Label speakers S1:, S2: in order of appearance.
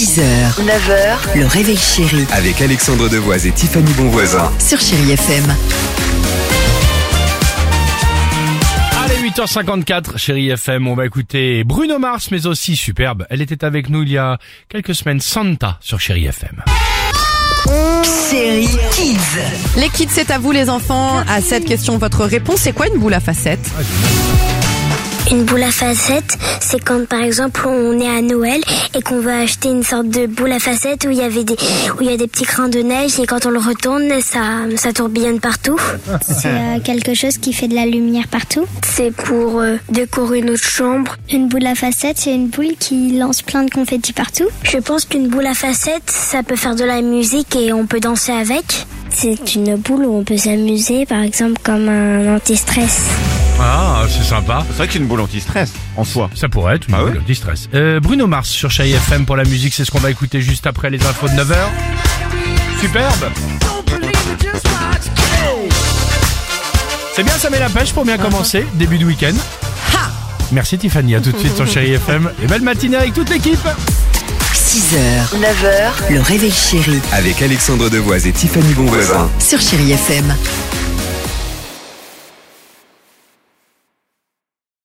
S1: 6h, 9h, le réveil chéri
S2: Avec Alexandre Devoise et Tiffany Bonvoisin.
S1: sur Chérie FM.
S3: Allez, 8h54, chérie FM, on va écouter Bruno Mars, mais aussi superbe. Elle était avec nous il y a quelques semaines, Santa, sur chérie FM.
S1: Chérie Kids.
S4: Les kids, c'est à vous les enfants. À cette question, votre réponse, c'est quoi une boule à facettes
S5: Une boule à facettes, c'est quand par exemple on est à Noël et qu'on veut acheter une sorte de boule à facettes où il y avait des où il y a des petits grains de neige et quand on le retourne ça ça tourbillonne partout.
S6: C'est euh, quelque chose qui fait de la lumière partout.
S5: C'est pour euh, décorer notre chambre.
S6: Une boule à facettes, c'est une boule qui lance plein de confettis partout.
S5: Je pense qu'une boule à facettes, ça peut faire de la musique et on peut danser avec. C'est une boule où on peut s'amuser, par exemple comme un anti-stress.
S3: Ah, c'est sympa.
S7: C'est vrai que c'est une boule anti-stress en soi.
S3: Ça pourrait être une
S7: Ah ouais
S3: boule de stress. Euh, Bruno Mars sur chérie FM pour la musique, c'est ce qu'on va écouter juste après les infos de 9h. Superbe. C'est bien, ça met la pêche pour bien commencer, début de week-end. Merci Tiffany, à tout de suite sur chérie FM. Et belle matinée avec toute l'équipe.
S1: 6h, 9h, le réveil chéri
S2: Avec Alexandre Devoise et Tiffany Bonvoisin.
S1: sur Chérie FM.